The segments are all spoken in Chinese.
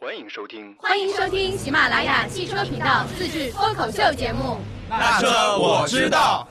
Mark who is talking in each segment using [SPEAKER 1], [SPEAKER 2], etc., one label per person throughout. [SPEAKER 1] 欢迎收听。
[SPEAKER 2] 欢迎收听喜马拉雅汽车频道自制脱口秀节目。
[SPEAKER 3] 那车我知道。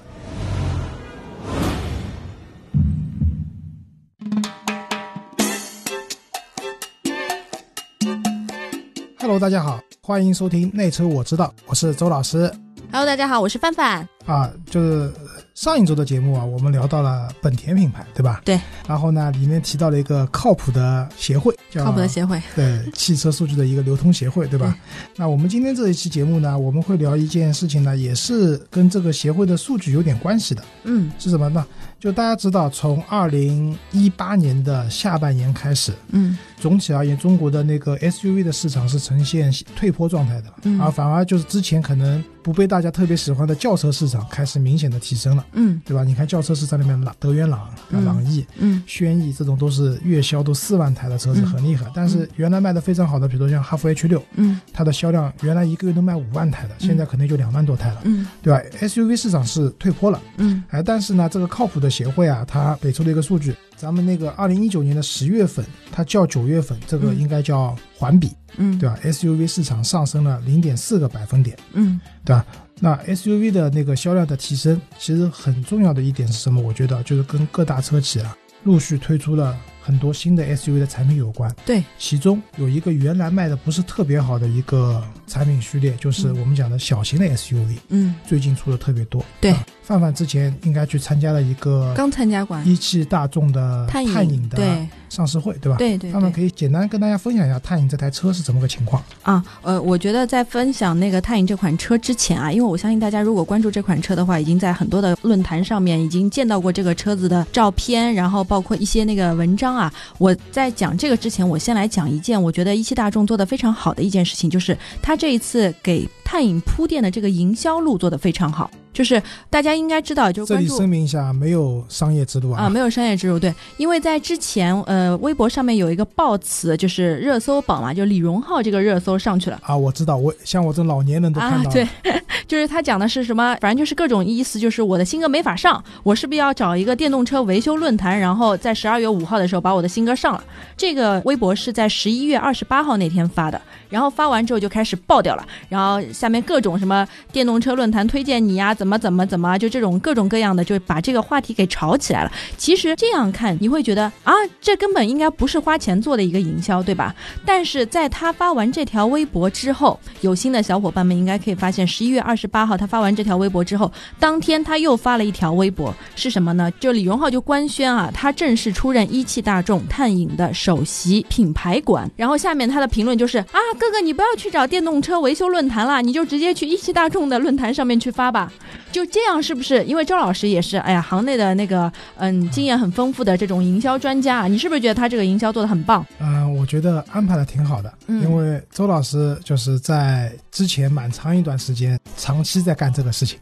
[SPEAKER 4] Hello，大家好，欢迎收听《内车我知道》，我是周老师
[SPEAKER 5] Hello，大家好，我是范范。
[SPEAKER 4] 啊。就是上一周的节目啊，我们聊到了本田品牌，对吧？
[SPEAKER 5] 对。
[SPEAKER 4] 然后呢，里面提到了一个靠谱的协会，叫
[SPEAKER 5] 靠谱的协会，
[SPEAKER 4] 对汽车数据的一个流通协会，对吧？那我们今天这一期节目呢，我们会聊一件事情呢，也是跟这个协会的数据有点关系的，
[SPEAKER 5] 嗯
[SPEAKER 4] 是什么呢？就大家知道，从二零一八年的下半年开始，
[SPEAKER 5] 嗯
[SPEAKER 4] 总体而言，中国的那个 SUV 的市场是呈现退坡状态的，
[SPEAKER 5] 嗯
[SPEAKER 4] 啊，反而就是之前可能不被大家特别喜欢的轿车市场开始明显的提升了，
[SPEAKER 5] 嗯
[SPEAKER 4] 对吧？你看轿车市场里面，朗德元朗、
[SPEAKER 5] 嗯
[SPEAKER 4] 朗逸、
[SPEAKER 5] 嗯
[SPEAKER 4] 轩逸这种都是月销都四万台的车子，
[SPEAKER 5] 嗯
[SPEAKER 4] 很厉害。但是原来卖的非常好的，比如说像哈弗 H 六，
[SPEAKER 5] 嗯
[SPEAKER 4] 它的销量原来一个月能卖五万台的，现在可能就两万多台了，
[SPEAKER 5] 嗯
[SPEAKER 4] 对吧？SUV 市场是退坡了。
[SPEAKER 5] 嗯
[SPEAKER 4] 哎，但是呢，这个靠谱的协会啊，它给出了一个数据，咱们那个二零一九年的十月份，它较九月份，这个
[SPEAKER 5] 嗯
[SPEAKER 4] 应该叫环比，
[SPEAKER 5] 嗯，
[SPEAKER 4] 对吧？SUV 市场上升了零点四个百分点，
[SPEAKER 5] 嗯
[SPEAKER 4] 对吧？那 SUV 的那个销量的提升，其实很重要的一点是什么？我觉得就是跟各大车企啊，陆续推出了很多新的 SUV 的产品有关。
[SPEAKER 5] 对，
[SPEAKER 4] 其中有一个原来卖的不是特别好的一个产品序列，就是我们讲的小型的 SUV。
[SPEAKER 5] 嗯，
[SPEAKER 4] 最近出的特别多。
[SPEAKER 5] 对
[SPEAKER 4] 啊范范之前应该去参加了一个
[SPEAKER 5] 刚参加完
[SPEAKER 4] 一汽大众的
[SPEAKER 5] 探
[SPEAKER 4] 嗯探
[SPEAKER 5] 影，
[SPEAKER 4] 影的
[SPEAKER 5] 对
[SPEAKER 4] 上市会，对吧？
[SPEAKER 5] 对对
[SPEAKER 4] 范范可
[SPEAKER 5] 对
[SPEAKER 4] 以简单跟大家分享一下探影这台车是怎么个情况。
[SPEAKER 5] 啊，呃，我觉得在分享那个探影这款车之前啊，因为我相信大家如果关注这款车的话，已经在很多的论坛上面已经见到过这个车子的照片，然后包括一些那个文章啊。我在讲这个之前，我先来讲一件我觉得一汽大众做的非常好的一件事情，就是它这一次给探影铺垫的这个营销路做的非常好。就是大家应该知道，就是
[SPEAKER 4] 这
[SPEAKER 5] 关
[SPEAKER 4] 里
[SPEAKER 5] 注
[SPEAKER 4] 声明一下，没有商业之路啊。
[SPEAKER 5] 啊，没有商业植入，对，因为在之前，呃，微博上面有一个爆词，就是热搜榜嘛，就李荣浩这个热搜上去了。
[SPEAKER 4] 啊，我知道，我像我这老年人都看
[SPEAKER 5] 啊
[SPEAKER 4] 到了，，
[SPEAKER 5] 对， 就是他讲的是什么？反正就是各种意思，就是我的新歌没法上，我是不是要找一个电动车维修论坛，然后在十二月五号的时候把我的新歌上了？这个微博是在十一月二十八号那天发的，然后发完之后就开始爆掉了，然后下面各种什么电动车论坛推荐你呀、怎么怎么怎么，就这种各种各样的，就把这个话题给炒起来了。其实这样看，你会觉得啊，这根本应该不是花钱做的一个营销，对吧？但是在他发完这条微博之后，有心的小伙伴们应该可以发现，十一月二十八号他发完这条微博之后，当天他又发了一条微博，是什么呢？就李荣浩就官宣啊，他正式出任一汽大众探影的首席品牌官。然后下面他的评论就是啊，哥哥你不要去找电动车维修论坛啦，你就直接去一汽大众的论坛上面去发吧。就这样是不是？因为周老师也是，哎呀，行内的那个嗯经验很丰富的这种营销专家啊，你是不是觉得他这个营销做的很棒？
[SPEAKER 4] 嗯、我觉得安排的挺好的，
[SPEAKER 5] 嗯
[SPEAKER 4] 因为周老师就是在之前蛮长一段时间长期在干这个事 情，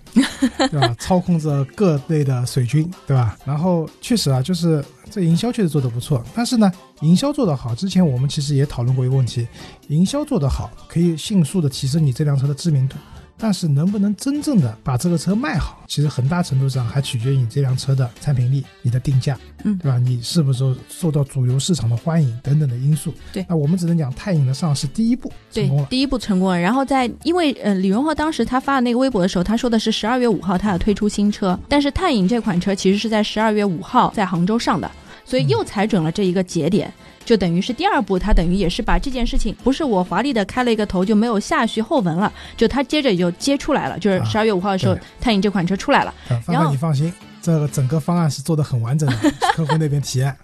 [SPEAKER 4] 对吧？操控着各类的水军，对吧？然后确实啊，就是这营销确实做得不错，但是呢，营销做得好，之前我们其实也讨论过一个问题，营销做得好可以迅速的提升你这辆车的知名度。但是能不能真正的把这个车卖好，其实很大程度上还取决于你这辆车的产品力、你的定价，
[SPEAKER 5] 嗯
[SPEAKER 4] 对吧？你是不是受到主流市场的欢迎等等的因素。
[SPEAKER 5] 对
[SPEAKER 4] 那我们只能讲泰影的上市第一步成
[SPEAKER 5] 对
[SPEAKER 4] 功，了。
[SPEAKER 5] 第一步成功了。然后在因为呃，李荣浩当时他发的那个微博的时候，他说的是十二月五号他要推出新车，但是探影这款车其实是在十二月五号在杭州上的，所以又踩准了这一个节点。就等于是第二步，他等于也是把这件事情，不是我华丽的开了一个头就没有下续后文了，就他接着也就接出来了，就是
[SPEAKER 4] 啊
[SPEAKER 5] 十二月五号的时候，
[SPEAKER 4] 对
[SPEAKER 5] 探影这款车出来了。
[SPEAKER 4] 呃范
[SPEAKER 5] 然
[SPEAKER 4] 范，
[SPEAKER 5] 后
[SPEAKER 4] 你放心，这个整个方案是做的很完整 的，客户那边提案。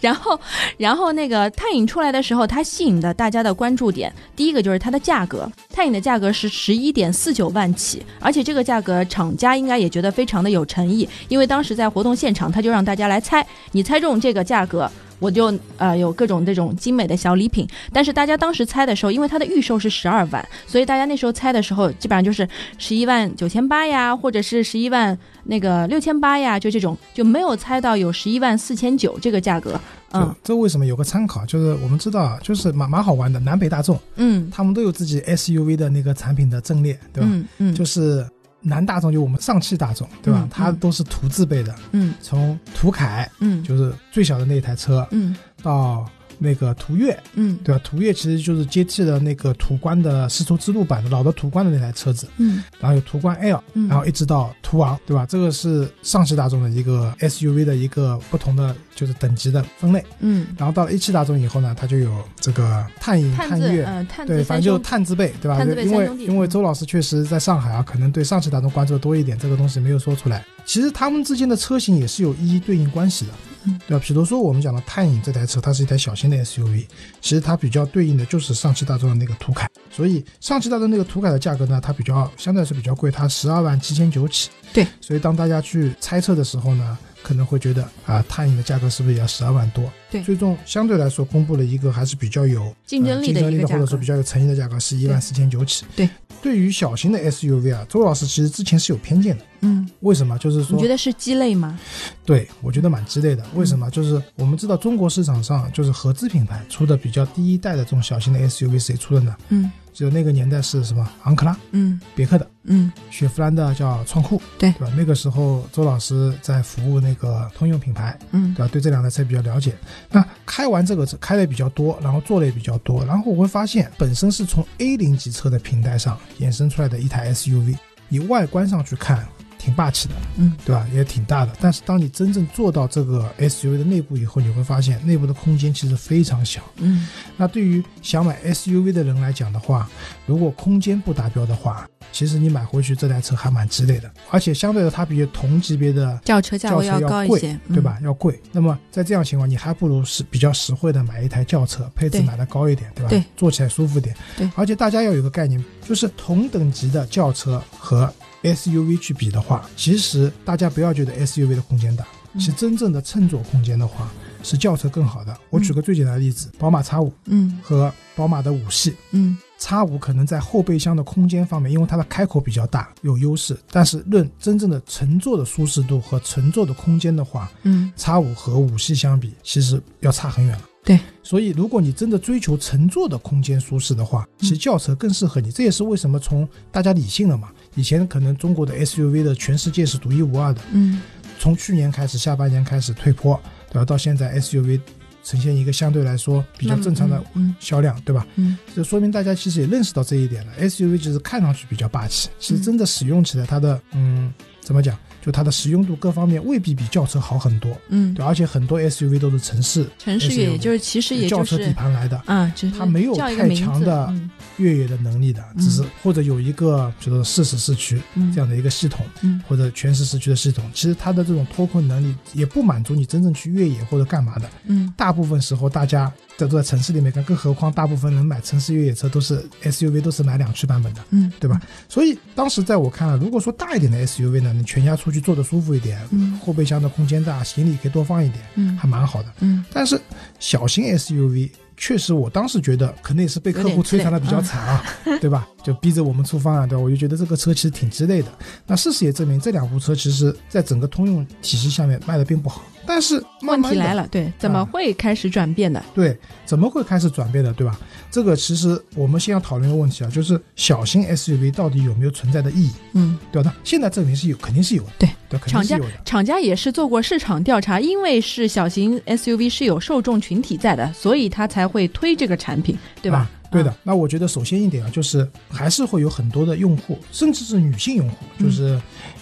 [SPEAKER 5] 然后，然后那个探影出来的时候，它吸引的大家的关注点，第一个就是它的价格，探影的价格是十一点四九万起，而且这个价格厂家应该也觉得非常的有诚意，因为当时在活动现场，他就让大家来猜，你猜中这个价格。我就呃有各种这种精美的小礼品，但是大家当时猜的时候，因为它的预售是十二万，所以大家那时候猜的时候，基本上就是十一万九千八呀，或者是十一万那个六千八呀，就这种就没有猜到有十一万四千九这个价格。嗯
[SPEAKER 4] 这这为什么有个参考？就是我们知道啊，就是蛮蛮好玩的，南北大众
[SPEAKER 5] 嗯
[SPEAKER 4] 他们都有自己 SUV 的那个产品的阵列，对吧？
[SPEAKER 5] 嗯嗯，
[SPEAKER 4] 就是南大众就我们上汽大众，对吧？
[SPEAKER 5] 嗯嗯
[SPEAKER 4] 它都是途字辈的，
[SPEAKER 5] 嗯
[SPEAKER 4] 从途凯
[SPEAKER 5] 嗯
[SPEAKER 4] 就是最小的那一台车
[SPEAKER 5] 嗯
[SPEAKER 4] 到那个途岳，
[SPEAKER 5] 嗯
[SPEAKER 4] 对吧？途岳其实就是接替了那个途观的丝绸之路版的老的途观的那台车子，
[SPEAKER 5] 嗯
[SPEAKER 4] 然后有途观 L，
[SPEAKER 5] 嗯，
[SPEAKER 4] 然后一直到途昂，对吧？这个是上汽大众的一个 SUV 的一个不同的就是等级的分类。
[SPEAKER 5] 嗯，
[SPEAKER 4] 然后到了一汽大众以后呢，它就有这个探影、
[SPEAKER 5] 探
[SPEAKER 4] 探
[SPEAKER 5] 字
[SPEAKER 4] 岳，
[SPEAKER 5] 嗯探字
[SPEAKER 4] 对，
[SPEAKER 5] 三
[SPEAKER 4] 反正就
[SPEAKER 5] 兄
[SPEAKER 4] 探字辈，对吧？
[SPEAKER 5] 探字辈
[SPEAKER 4] 因
[SPEAKER 5] 三
[SPEAKER 4] 为
[SPEAKER 5] 兄弟
[SPEAKER 4] 因为
[SPEAKER 5] 嗯
[SPEAKER 4] 周老师确实在上海啊，可能对上汽大众关注的多一点，这个东西没有说出来。其实他们之间的车型也是有一一对应关系的
[SPEAKER 5] 嗯，
[SPEAKER 4] 对吧？比如说我们讲的探影这台车，它是一台小型的 SUV，其实它比较对应的就是上汽大众的那个途凯，所以上汽大众那个途凯的价格呢，它比较相对来说比较贵，它十二万七千九起。
[SPEAKER 5] 对，
[SPEAKER 4] 所以当大家去猜测的时候呢，可能会觉得啊，探影的价格是不是也要十二万多？
[SPEAKER 5] 对
[SPEAKER 4] 最终相对来说公布了一个还是比较有
[SPEAKER 5] 竞争力
[SPEAKER 4] 呃竞
[SPEAKER 5] 的一
[SPEAKER 4] 争力
[SPEAKER 5] 个
[SPEAKER 4] 的
[SPEAKER 5] 价
[SPEAKER 4] 或者说
[SPEAKER 5] 格
[SPEAKER 4] 比，较有诚意的价格是一万四千九起。
[SPEAKER 5] 对，
[SPEAKER 4] 对于小型的 SUV 啊，周老师其实之前是有偏见的。
[SPEAKER 5] 嗯，
[SPEAKER 4] 为什么？就是说，
[SPEAKER 5] 你觉得嗯是鸡肋吗？
[SPEAKER 4] 对我觉得蛮鸡肋的。为什么？就是我们知道中国市场上就是合资品牌出的比较第一代的这种小型的 SUV 谁出的呢？
[SPEAKER 5] 嗯
[SPEAKER 4] 就那个年代是什么？昂克拉、
[SPEAKER 5] 嗯
[SPEAKER 4] 别克的，
[SPEAKER 5] 嗯
[SPEAKER 4] 雪佛兰的叫创酷，
[SPEAKER 5] 对
[SPEAKER 4] 对吧？那个时候周老师在服务那个通用品牌，
[SPEAKER 5] 嗯
[SPEAKER 4] 对吧？对这两台车比较了解。那开完这个车，开的比较多，然后做的也比较多，然后我会发现，本身是从 A 零级车的平台上衍生出来的一台 SUV，你外观上去看挺霸气的，
[SPEAKER 5] 嗯，
[SPEAKER 4] 对吧？也挺大的。但是当你真正坐到这个 SUV 的内部以后，你会发现内部的空间其实非常小。
[SPEAKER 5] 嗯
[SPEAKER 4] 那对于想买 SUV 的人来讲的话，如果空间不达标的话，其实你买回去这台车还蛮鸡肋的，而且相对的它比同级别的
[SPEAKER 5] 轿车价
[SPEAKER 4] 轿
[SPEAKER 5] 位
[SPEAKER 4] 车
[SPEAKER 5] 高
[SPEAKER 4] 要
[SPEAKER 5] 一
[SPEAKER 4] 贵
[SPEAKER 5] 些，，嗯
[SPEAKER 4] 对吧？要贵。那么在这样情况，你还不如是比较实惠的买一台轿车，配置
[SPEAKER 5] 对
[SPEAKER 4] 买的高一点，对吧？
[SPEAKER 5] 对，
[SPEAKER 4] 坐起来舒服点。
[SPEAKER 5] 对
[SPEAKER 4] 而且大家要有一个概念，就是同等级的轿车和 SUV 去比的话，其实大家不要觉得 SUV 的空间大，
[SPEAKER 5] 嗯
[SPEAKER 4] 其实真正的乘坐空间的话，是轿车更好的。我举个最简单的例子，宝马 X 五
[SPEAKER 5] 嗯？
[SPEAKER 4] 和宝马的五系。
[SPEAKER 5] 嗯
[SPEAKER 4] X 五可能在后备箱的空间方面，因为它的开口比较大，有优势。但是论真正的乘坐的舒适度和乘坐的空间的话，
[SPEAKER 5] 嗯嗯，
[SPEAKER 4] 叉五和五系相比，其实要差很远了。
[SPEAKER 5] 对，
[SPEAKER 4] 所以如果你真的追求乘坐的空间舒适的话，其实轿车更适合你。这也是为什么从大家理性了嘛，以前可能中国的 SUV 的全世界是独一无二的，
[SPEAKER 5] 嗯
[SPEAKER 4] 从去年开始下半年开始退坡，对吧？到现在 SUV 呈现一个相对来说比较正常的，
[SPEAKER 5] 嗯
[SPEAKER 4] 销量，对吧？
[SPEAKER 5] 嗯
[SPEAKER 4] 这说明大家其实也认识到这一点了。SUV 就是看上去比较霸
[SPEAKER 5] 嗯
[SPEAKER 4] 气，其实真的使用起来它的嗯怎么讲，就它的实用度各方面未必比轿车好很多。
[SPEAKER 5] 嗯，
[SPEAKER 4] 对，而且很多 SUV 都是城市
[SPEAKER 5] 城市越野
[SPEAKER 4] SUV
[SPEAKER 5] 就是其实也
[SPEAKER 4] 轿
[SPEAKER 5] 就
[SPEAKER 4] 车底
[SPEAKER 5] 是。
[SPEAKER 4] 盘来的，
[SPEAKER 5] 啊，只是
[SPEAKER 4] 它没有
[SPEAKER 5] 叫一个
[SPEAKER 4] 太
[SPEAKER 5] 名
[SPEAKER 4] 强
[SPEAKER 5] 字
[SPEAKER 4] 的
[SPEAKER 5] 嗯
[SPEAKER 4] 越野的能力的，只是或者有一个就是适时市区
[SPEAKER 5] 嗯
[SPEAKER 4] 这样的一个系统，
[SPEAKER 5] 嗯
[SPEAKER 4] 或者全时市区的系统，其实它的这种脱困能力也不满足你真正去越野或者干嘛的。
[SPEAKER 5] 嗯
[SPEAKER 4] 大部分时候大家在都在城市里面干，更何况大部分人买城市越野车都是 SUV 都是买两驱版本的。
[SPEAKER 5] 嗯，
[SPEAKER 4] 对吧？所以当时在我看来，如果说大一点的 SUV 呢，你全家出去坐的舒服一点，
[SPEAKER 5] 嗯
[SPEAKER 4] 后备箱的空间大，行李可以多放一点，
[SPEAKER 5] 嗯
[SPEAKER 4] 还蛮好的。
[SPEAKER 5] 嗯
[SPEAKER 4] 但是小型 SUV 确实，我当时觉得可能也是被客户摧残的比较惨啊，
[SPEAKER 5] 嗯
[SPEAKER 4] 对吧？就逼着我们出方案，对吧？我就觉得这个车其实挺鸡肋的。那事实也证明，这两部车其实在整个通用体系下面卖的并不好。但是慢
[SPEAKER 5] 问
[SPEAKER 4] 慢
[SPEAKER 5] 题
[SPEAKER 4] 的
[SPEAKER 5] 来了，对，怎么
[SPEAKER 4] 啊
[SPEAKER 5] 会开始转变的？
[SPEAKER 4] 对，怎么会开始转变的，对吧？这个其实我们先要讨论一个问题啊，就是小型 SUV 到底有没有存在的意义，
[SPEAKER 5] 嗯，
[SPEAKER 4] 对吧？那现在证明是有，肯定是有的，
[SPEAKER 5] 对
[SPEAKER 4] 对，肯
[SPEAKER 5] 厂
[SPEAKER 4] 定是
[SPEAKER 5] 家
[SPEAKER 4] 有的。
[SPEAKER 5] 厂家也是做过市场调查，因为是小型 SUV 是有受众群体在的，所以他才会推这个产品，对吧嗯
[SPEAKER 4] 啊？对的，那我觉得首先一点啊，就是还是会有很多的用户，甚至是女性用户，
[SPEAKER 5] 嗯
[SPEAKER 4] 就是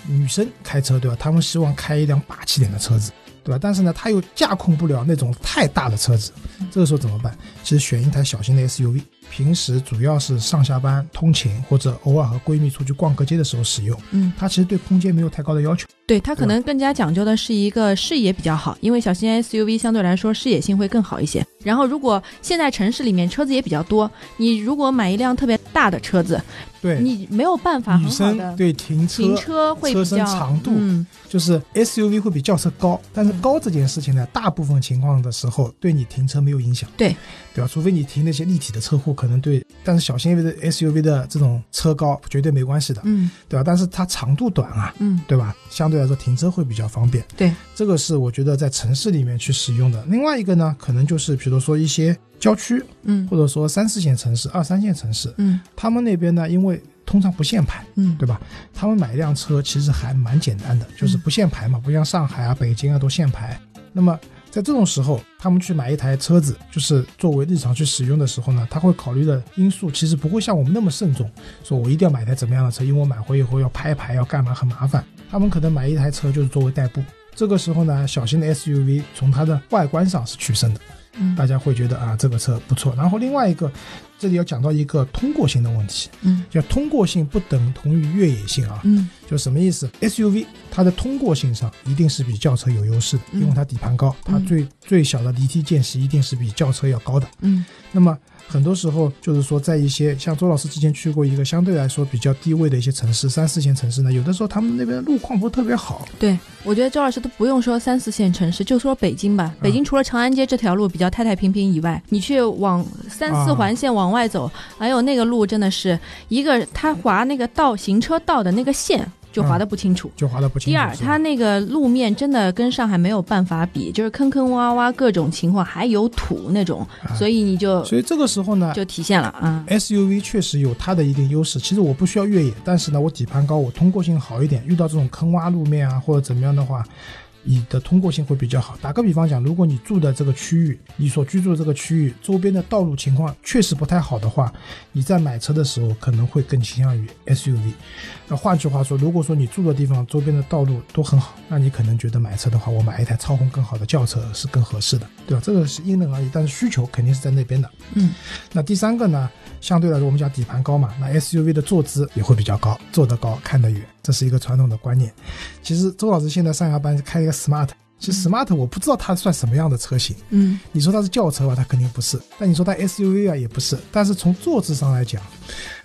[SPEAKER 4] 女生开车，对吧？她们希望开一辆霸气点的车子，对吧？但是呢，她又驾控不了那种太大的车子，
[SPEAKER 5] 嗯
[SPEAKER 4] 这个时候怎么办？其实选一台小型的 SUV，平时主要是上下班通勤或者偶尔和闺蜜出去逛个街的时候使用。
[SPEAKER 5] 嗯，
[SPEAKER 4] 它其实对空间没有太高的要求。
[SPEAKER 5] 对，它可
[SPEAKER 4] 对吧
[SPEAKER 5] 能更加讲究的是一个视野比较好，因为小型 SUV 相对来说视野性会更好一些。然后，如果现在城市里面车子也比较多，你如果买一辆特别大的车子，
[SPEAKER 4] 对，
[SPEAKER 5] 你没有办法
[SPEAKER 4] 女
[SPEAKER 5] 很好
[SPEAKER 4] 生
[SPEAKER 5] 的
[SPEAKER 4] 对停车
[SPEAKER 5] 停车会比
[SPEAKER 4] 车身
[SPEAKER 5] 较
[SPEAKER 4] 长度
[SPEAKER 5] 嗯
[SPEAKER 4] 就是 SUV 会比轿车高，但是高这件事情呢，大部分情况的时候对你停车没有影响，
[SPEAKER 5] 对
[SPEAKER 4] 对吧？除非你停那些立体的车库，可能对，但是小型 SUV 的 SUV 的这种车高绝对没关系的，
[SPEAKER 5] 嗯
[SPEAKER 4] 对吧？但是它长度短啊，
[SPEAKER 5] 嗯，
[SPEAKER 4] 对吧？相对来说停车会比较方便，
[SPEAKER 5] 对，
[SPEAKER 4] 这个是我觉得在城市里面去使用的。另外一个呢，可能就是比如说一些郊区，
[SPEAKER 5] 嗯
[SPEAKER 4] 或者说三四线城市、二三线城市，
[SPEAKER 5] 嗯
[SPEAKER 4] 他们那边呢，因为通常不限牌。
[SPEAKER 5] 嗯
[SPEAKER 4] 对吧？他们买一辆车其实还蛮简单的，就是不限牌嘛，不像上海啊、北京啊都限牌。那么在这种时候，他们去买一台车子，就是作为日常去使用的时候呢，他会考虑的因素其实不会像我们那么慎重，说我一定要买台怎么样的车，因为我买回以后要拍牌要干嘛很麻烦。他们可能买一台车就是作为代步。这个时候呢，小型的 SUV 从它的外观上是取胜的，
[SPEAKER 5] 嗯
[SPEAKER 4] 大家会觉得啊这个车不错。然后另外一个，这里要讲到一个通过性的问题，
[SPEAKER 5] 嗯
[SPEAKER 4] 叫通过性不等同于越野性啊。
[SPEAKER 5] 嗯
[SPEAKER 4] 就什么意思？SUV 它的通过性上一定是比轿车有优势的，
[SPEAKER 5] 嗯
[SPEAKER 4] 因为它底盘高，它
[SPEAKER 5] 嗯
[SPEAKER 4] 最最小的离地间隙一定是比轿车要高的。
[SPEAKER 5] 嗯
[SPEAKER 4] 那么很多时候就是说，在一些像周老师之前去过一个相对来说比较低位的一些城市，三四线城市呢，有的时候他们那边路况不是特别好，
[SPEAKER 5] 对，我觉得周老师都不用说三四线城市，就说北京吧。北
[SPEAKER 4] 嗯
[SPEAKER 5] 京除了长安街这条路比较太太平平以外，你去往三四
[SPEAKER 4] 啊
[SPEAKER 5] 环线往外走，还有那个路真的是一个，它划那个道行车道的那个线就划得不清楚。
[SPEAKER 4] 就划得不嗯清
[SPEAKER 5] 第
[SPEAKER 4] 楚。
[SPEAKER 5] 二，
[SPEAKER 4] 是吧
[SPEAKER 5] 它那个路面真的跟上海没有办法比，就是坑坑洼洼各种情况，还有土那种，
[SPEAKER 4] 啊
[SPEAKER 5] 所以你就
[SPEAKER 4] 所以哎这个时候呢。
[SPEAKER 5] 就体现了啊。
[SPEAKER 4] SUV 确实有它的一定优势，其实我不需要越野，但是呢，我底盘高，我通过性好一点，遇到这种坑洼路面啊或者怎么样的话，你的通过性会比较好。打个比方讲，如果你住的这个区域，你所居住的这个区域周边的道路情况确实不太好的话，你在买车的时候可能会更倾向于 SUV。那换句话说，如果说你住的地方周边的道路都很好，那你可能觉得买车的话，我买一台操控更好的轿车是更合适的，对吧？这个是因人而异，但是需求肯定是在那边的。
[SPEAKER 5] 嗯，
[SPEAKER 4] 那第三个呢，相对来说我们讲底盘高嘛，那 SUV 的坐姿也会比较高，坐得高看得远，这是一个传统的观念。其实周老师现在上下班开一个 Smart，其实 Smart 我不知道它算什么样的车型。
[SPEAKER 5] 嗯
[SPEAKER 4] 你说它是轿车吧，它肯定不是；但你说它 SUV 啊，也不是。但是从坐姿上来讲，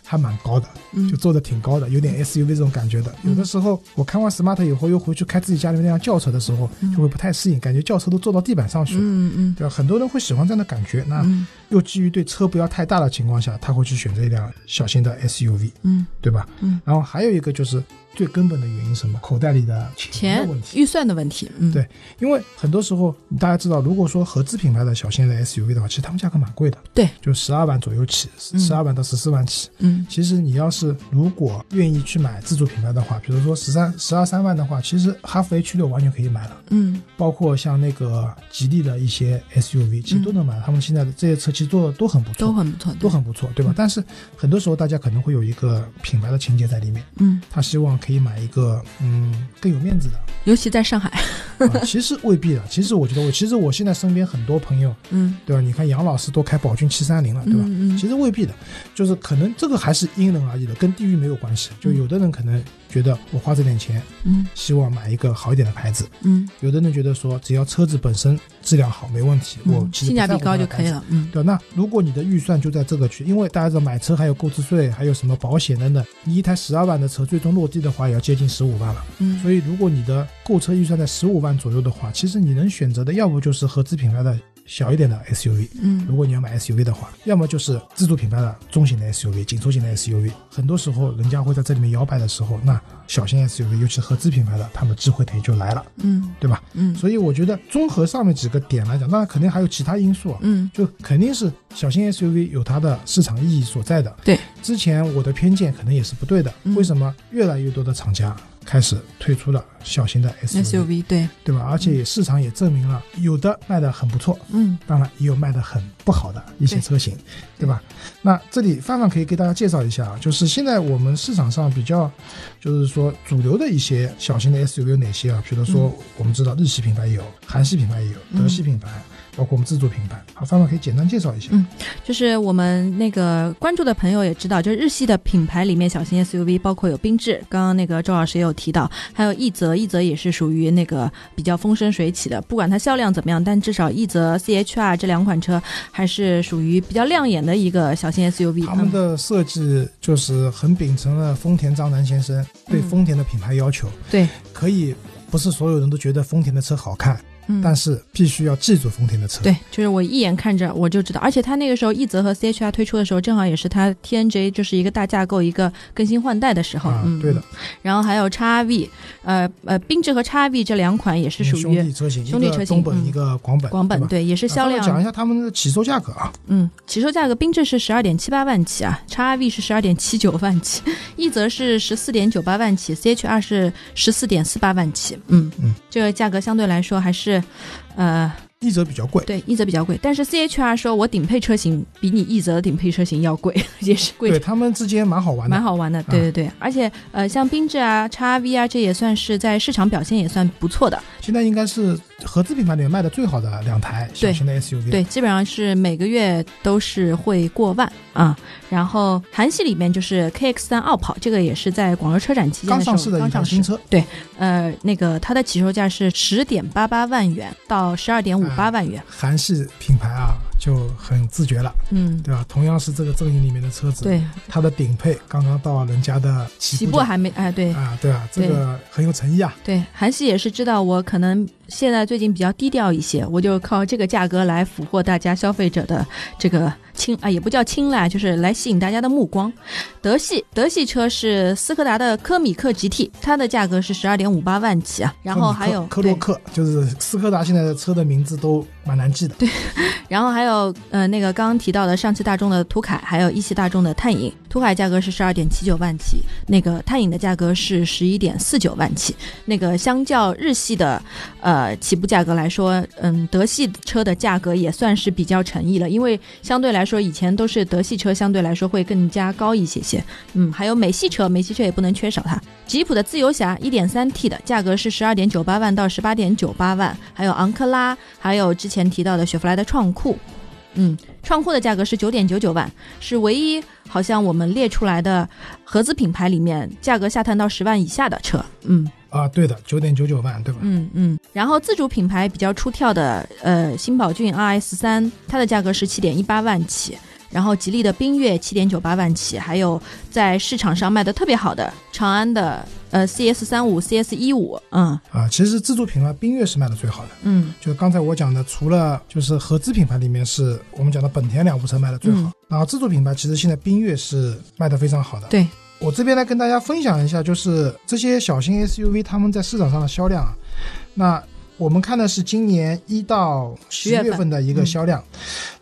[SPEAKER 4] 还蛮高的，
[SPEAKER 5] 嗯
[SPEAKER 4] 就坐的挺高的，有点 SUV 这种感觉的。有的时候我看完 Smart 以后，又回去开自己家里面那辆轿车的时候，就会不太适应，感觉轿车都坐到地板上去了。
[SPEAKER 5] 嗯嗯
[SPEAKER 4] 对吧？很多人会喜欢这样的感觉。那
[SPEAKER 5] 嗯
[SPEAKER 4] 又基于对车不要太大的情况下，他会去选择一辆小型的 SUV，
[SPEAKER 5] 嗯，
[SPEAKER 4] 对吧？
[SPEAKER 5] 嗯。
[SPEAKER 4] 然后还有一个就是最根本的原因是什么？口袋里的钱
[SPEAKER 5] 钱
[SPEAKER 4] 的问题。
[SPEAKER 5] 预算的问题。嗯，
[SPEAKER 4] 对因为很多时候大家知道，如果说合资品牌的小型的 SUV 的话，其实他们价格蛮贵的，
[SPEAKER 5] 对，
[SPEAKER 4] 就十二万左右起，十二万到十四万起。
[SPEAKER 5] 嗯
[SPEAKER 4] 其实你要是如果愿意去买自主品牌的话，比如说十三、十二三万的话，其实哈弗 H 六完全可以买了。
[SPEAKER 5] 嗯
[SPEAKER 4] 包括像那个吉利的一些 SUV，其实都能买。他们现在的这些车其实做的都很不错，
[SPEAKER 5] 嗯都很不错，
[SPEAKER 4] 都很不错，对吧？
[SPEAKER 5] 嗯
[SPEAKER 4] 但是很多时候大家可能会有一个品牌的情节在里面，
[SPEAKER 5] 嗯，
[SPEAKER 4] 他希望可以买一个嗯更有面子的、
[SPEAKER 5] 尤其在 上海。
[SPEAKER 4] 啊其实未必的。其实我觉得我其实我现在身边很多朋友，
[SPEAKER 5] 嗯
[SPEAKER 4] 对吧？你看杨老师都开宝骏七三零了，对吧？
[SPEAKER 5] 嗯嗯
[SPEAKER 4] 其实未必的，就是可能这个还是因人而异的，跟地域没有关系。就有的人可能觉得我花这点钱，
[SPEAKER 5] 嗯
[SPEAKER 4] 希望买一个好一点的牌子，
[SPEAKER 5] 嗯，
[SPEAKER 4] 有的人觉得说，只要车子本身质量好，没问题，我
[SPEAKER 5] 嗯
[SPEAKER 4] 其实
[SPEAKER 5] 性
[SPEAKER 4] 不
[SPEAKER 5] 价
[SPEAKER 4] 在
[SPEAKER 5] 比
[SPEAKER 4] 乎它
[SPEAKER 5] 高
[SPEAKER 4] 的
[SPEAKER 5] 就可以
[SPEAKER 4] 牌子。
[SPEAKER 5] 了。嗯
[SPEAKER 4] 对，那如果你的预算就在这个区，因为大家知道买车还有购置税，还有什么保险等等，你一台十二万的车最终落地的话，也要接近十五万了。
[SPEAKER 5] 嗯，
[SPEAKER 4] 所以如果你的购车预算在十五万左右的话，其实你能选择的，要不就是合资品牌的小一点的 SUV，
[SPEAKER 5] 嗯
[SPEAKER 4] 如果你要买 SUV 的话，要么就是自主品牌的中型的 SUV、紧凑型的 SUV。很多时候，人家会在这里面摇摆的时候，那小型 SUV，尤其合资品牌的，他们智慧点就来了，
[SPEAKER 5] 嗯
[SPEAKER 4] 对吧？
[SPEAKER 5] 嗯
[SPEAKER 4] 所以我觉得综合上面几个点来讲，当然肯定还有其他因素啊，
[SPEAKER 5] 嗯
[SPEAKER 4] 就肯定是小型 SUV 有它的市场意义所在的。
[SPEAKER 5] 对，
[SPEAKER 4] 之前我的偏见可能也是不对的，
[SPEAKER 5] 嗯
[SPEAKER 4] 为什么越来越多的厂家开始推出了小型的 SUV，
[SPEAKER 5] ，SUV 对，
[SPEAKER 4] 对吧？而且市场也证明了，有的卖的很不错，
[SPEAKER 5] 嗯
[SPEAKER 4] 当然也有卖的很不好的一些
[SPEAKER 5] 对
[SPEAKER 4] 车型，对吧？那这里范范可以给大家介绍一下啊，就是现在我们市场上比较，就是说主流的一些小型的 SUV 有哪些啊？比如说我们知道日系品牌也有，韩系品牌也有，
[SPEAKER 5] 嗯
[SPEAKER 4] 德系品牌，包括我们自主品牌。好，范范可以简单介绍一下。
[SPEAKER 5] 嗯就是我们那个关注的朋友也知道，就是日系的品牌里面，小型 SUV 包括有缤智，刚刚那个周老师也有提到，还有奕泽，奕泽也是属于那个比较风生水起的，不管它销量怎么样，但至少奕泽 CHR 这两款车还是属于比较亮眼的一个小型 SUV。
[SPEAKER 4] 他们的设计就是很秉承了丰田章男先生对
[SPEAKER 5] 嗯
[SPEAKER 4] 丰田的品牌要求，
[SPEAKER 5] 对，
[SPEAKER 4] 可以不是所有人都觉得丰田的车好看，
[SPEAKER 5] 嗯，
[SPEAKER 4] 但是必须要记住丰田的车。
[SPEAKER 5] 对，就是我一眼看着我就知道，而且它那个时候奕泽和 CHR 推出的时候，正好也是它 TNGA 就是一个大架构、一个更新换代的时候。
[SPEAKER 4] 啊
[SPEAKER 5] 嗯，，
[SPEAKER 4] 对的。。
[SPEAKER 5] 然后还有 XRV，呃呃，缤智和 XRV 这两款也是属
[SPEAKER 4] 嗯兄
[SPEAKER 5] 于
[SPEAKER 4] 弟车型，
[SPEAKER 5] 兄弟车
[SPEAKER 4] 一个
[SPEAKER 5] 型
[SPEAKER 4] 东本、
[SPEAKER 5] 嗯
[SPEAKER 4] 一个广本，
[SPEAKER 5] 广本，
[SPEAKER 4] 对吧。
[SPEAKER 5] 对，也是
[SPEAKER 4] 那
[SPEAKER 5] 销
[SPEAKER 4] 稍微讲
[SPEAKER 5] 量
[SPEAKER 4] 一下他们的起售价格啊，
[SPEAKER 5] 嗯，起售价格缤智是十二点七八万起啊，XRV 是十二点七九万起，奕泽是十四点九八万起，CHR 是十四点四八万起。嗯
[SPEAKER 4] 嗯，
[SPEAKER 5] 这个价格相对来说还是，呃，
[SPEAKER 4] 一泽比较贵，
[SPEAKER 5] 对，一泽比较贵，但是 CHR 说我顶配车型比你一泽的顶配车型要贵， 也是贵
[SPEAKER 4] 对他们之间蛮好玩
[SPEAKER 5] 蛮
[SPEAKER 4] 的。啊
[SPEAKER 5] 好玩的，对对对，而且呃，像缤智啊、x RV 啊，这也算是在市场表现也算不错的，
[SPEAKER 4] 现在应该是合资品牌里面卖的最好的两台小
[SPEAKER 5] 对
[SPEAKER 4] 型的 SUV。
[SPEAKER 5] 对，基本上是每个月都是会过万啊。然后韩系里面就是 KX 三傲跑，这个也是在广州车展期间
[SPEAKER 4] 刚
[SPEAKER 5] 的时
[SPEAKER 4] 上
[SPEAKER 5] 候
[SPEAKER 4] 市的一
[SPEAKER 5] 刚
[SPEAKER 4] 款
[SPEAKER 5] 上市
[SPEAKER 4] 新，车，
[SPEAKER 5] 呃，那个它的起售价是十点八八万元到十二点五八万元，
[SPEAKER 4] 韩系品牌啊就很自觉了，
[SPEAKER 5] 嗯，
[SPEAKER 4] 对吧？同样是这个阵营里面的车子，
[SPEAKER 5] 对，
[SPEAKER 4] 它的顶配刚刚到人家的
[SPEAKER 5] 起
[SPEAKER 4] 起
[SPEAKER 5] 步
[SPEAKER 4] 价
[SPEAKER 5] 还没哎，对，
[SPEAKER 4] 啊，对啊，这个很有诚意啊。
[SPEAKER 5] 对，韩系也是知道我可能现在最近比较低调一些，我就靠这个价格来俘获大家消费者的这个青啊，也不叫青睐，就是来吸引大家的目光。德系德系车是斯柯达的科米克 GT，它的价格是十二点五八万起啊，然后还有
[SPEAKER 4] 科洛
[SPEAKER 5] 对
[SPEAKER 4] 克，就是斯柯达现在的车的名字都蛮难记的。对，
[SPEAKER 5] 然后还有呃那个刚刚提到的上汽大众的途凯，还有一汽大众的探影，途凯价格是十二点七九万起，那个探影的价格是十一点四九万起。那个相较日系的呃起步价格来说，嗯，德系车的价格也算是比较诚意了，因为相对来说以前都是德系车相对来说会更加高一些些。嗯，还有美系车，美系车也不能缺少它。吉普的自由侠一点三 T 的价格是十二点九八万到十八点九八万，还有昂克拉，还有之前提到的雪佛兰的创酷，嗯，创酷的价格是九点九九万，是唯一好像我们列出来的合资品牌里面价格下探到十万以下的车。嗯
[SPEAKER 4] 啊，对的，九点九九万，对吧？
[SPEAKER 5] 嗯嗯。然后自主品牌比较出挑的，呃，新宝骏 RS 三，它的价格是七点一八万起。然后吉利的缤越七点九八万起，还有在市场上卖的特别好的长安的呃 CS 三五、CS 一五，嗯
[SPEAKER 4] 啊，其实自主品牌缤越是卖的最好的。
[SPEAKER 5] 嗯
[SPEAKER 4] 就刚才我讲的，除了就是合资品牌里面是我们讲的本田两部车卖的最好，
[SPEAKER 5] 嗯
[SPEAKER 4] 然后自主品牌其实现在缤越是卖的非常好的。
[SPEAKER 5] 对，
[SPEAKER 4] 我这边来跟大家分享一下，就是这些小型 SUV 它们在市场上的销量啊。那我们看的是今年一到十
[SPEAKER 5] 月份嗯
[SPEAKER 4] 月份的一个销量，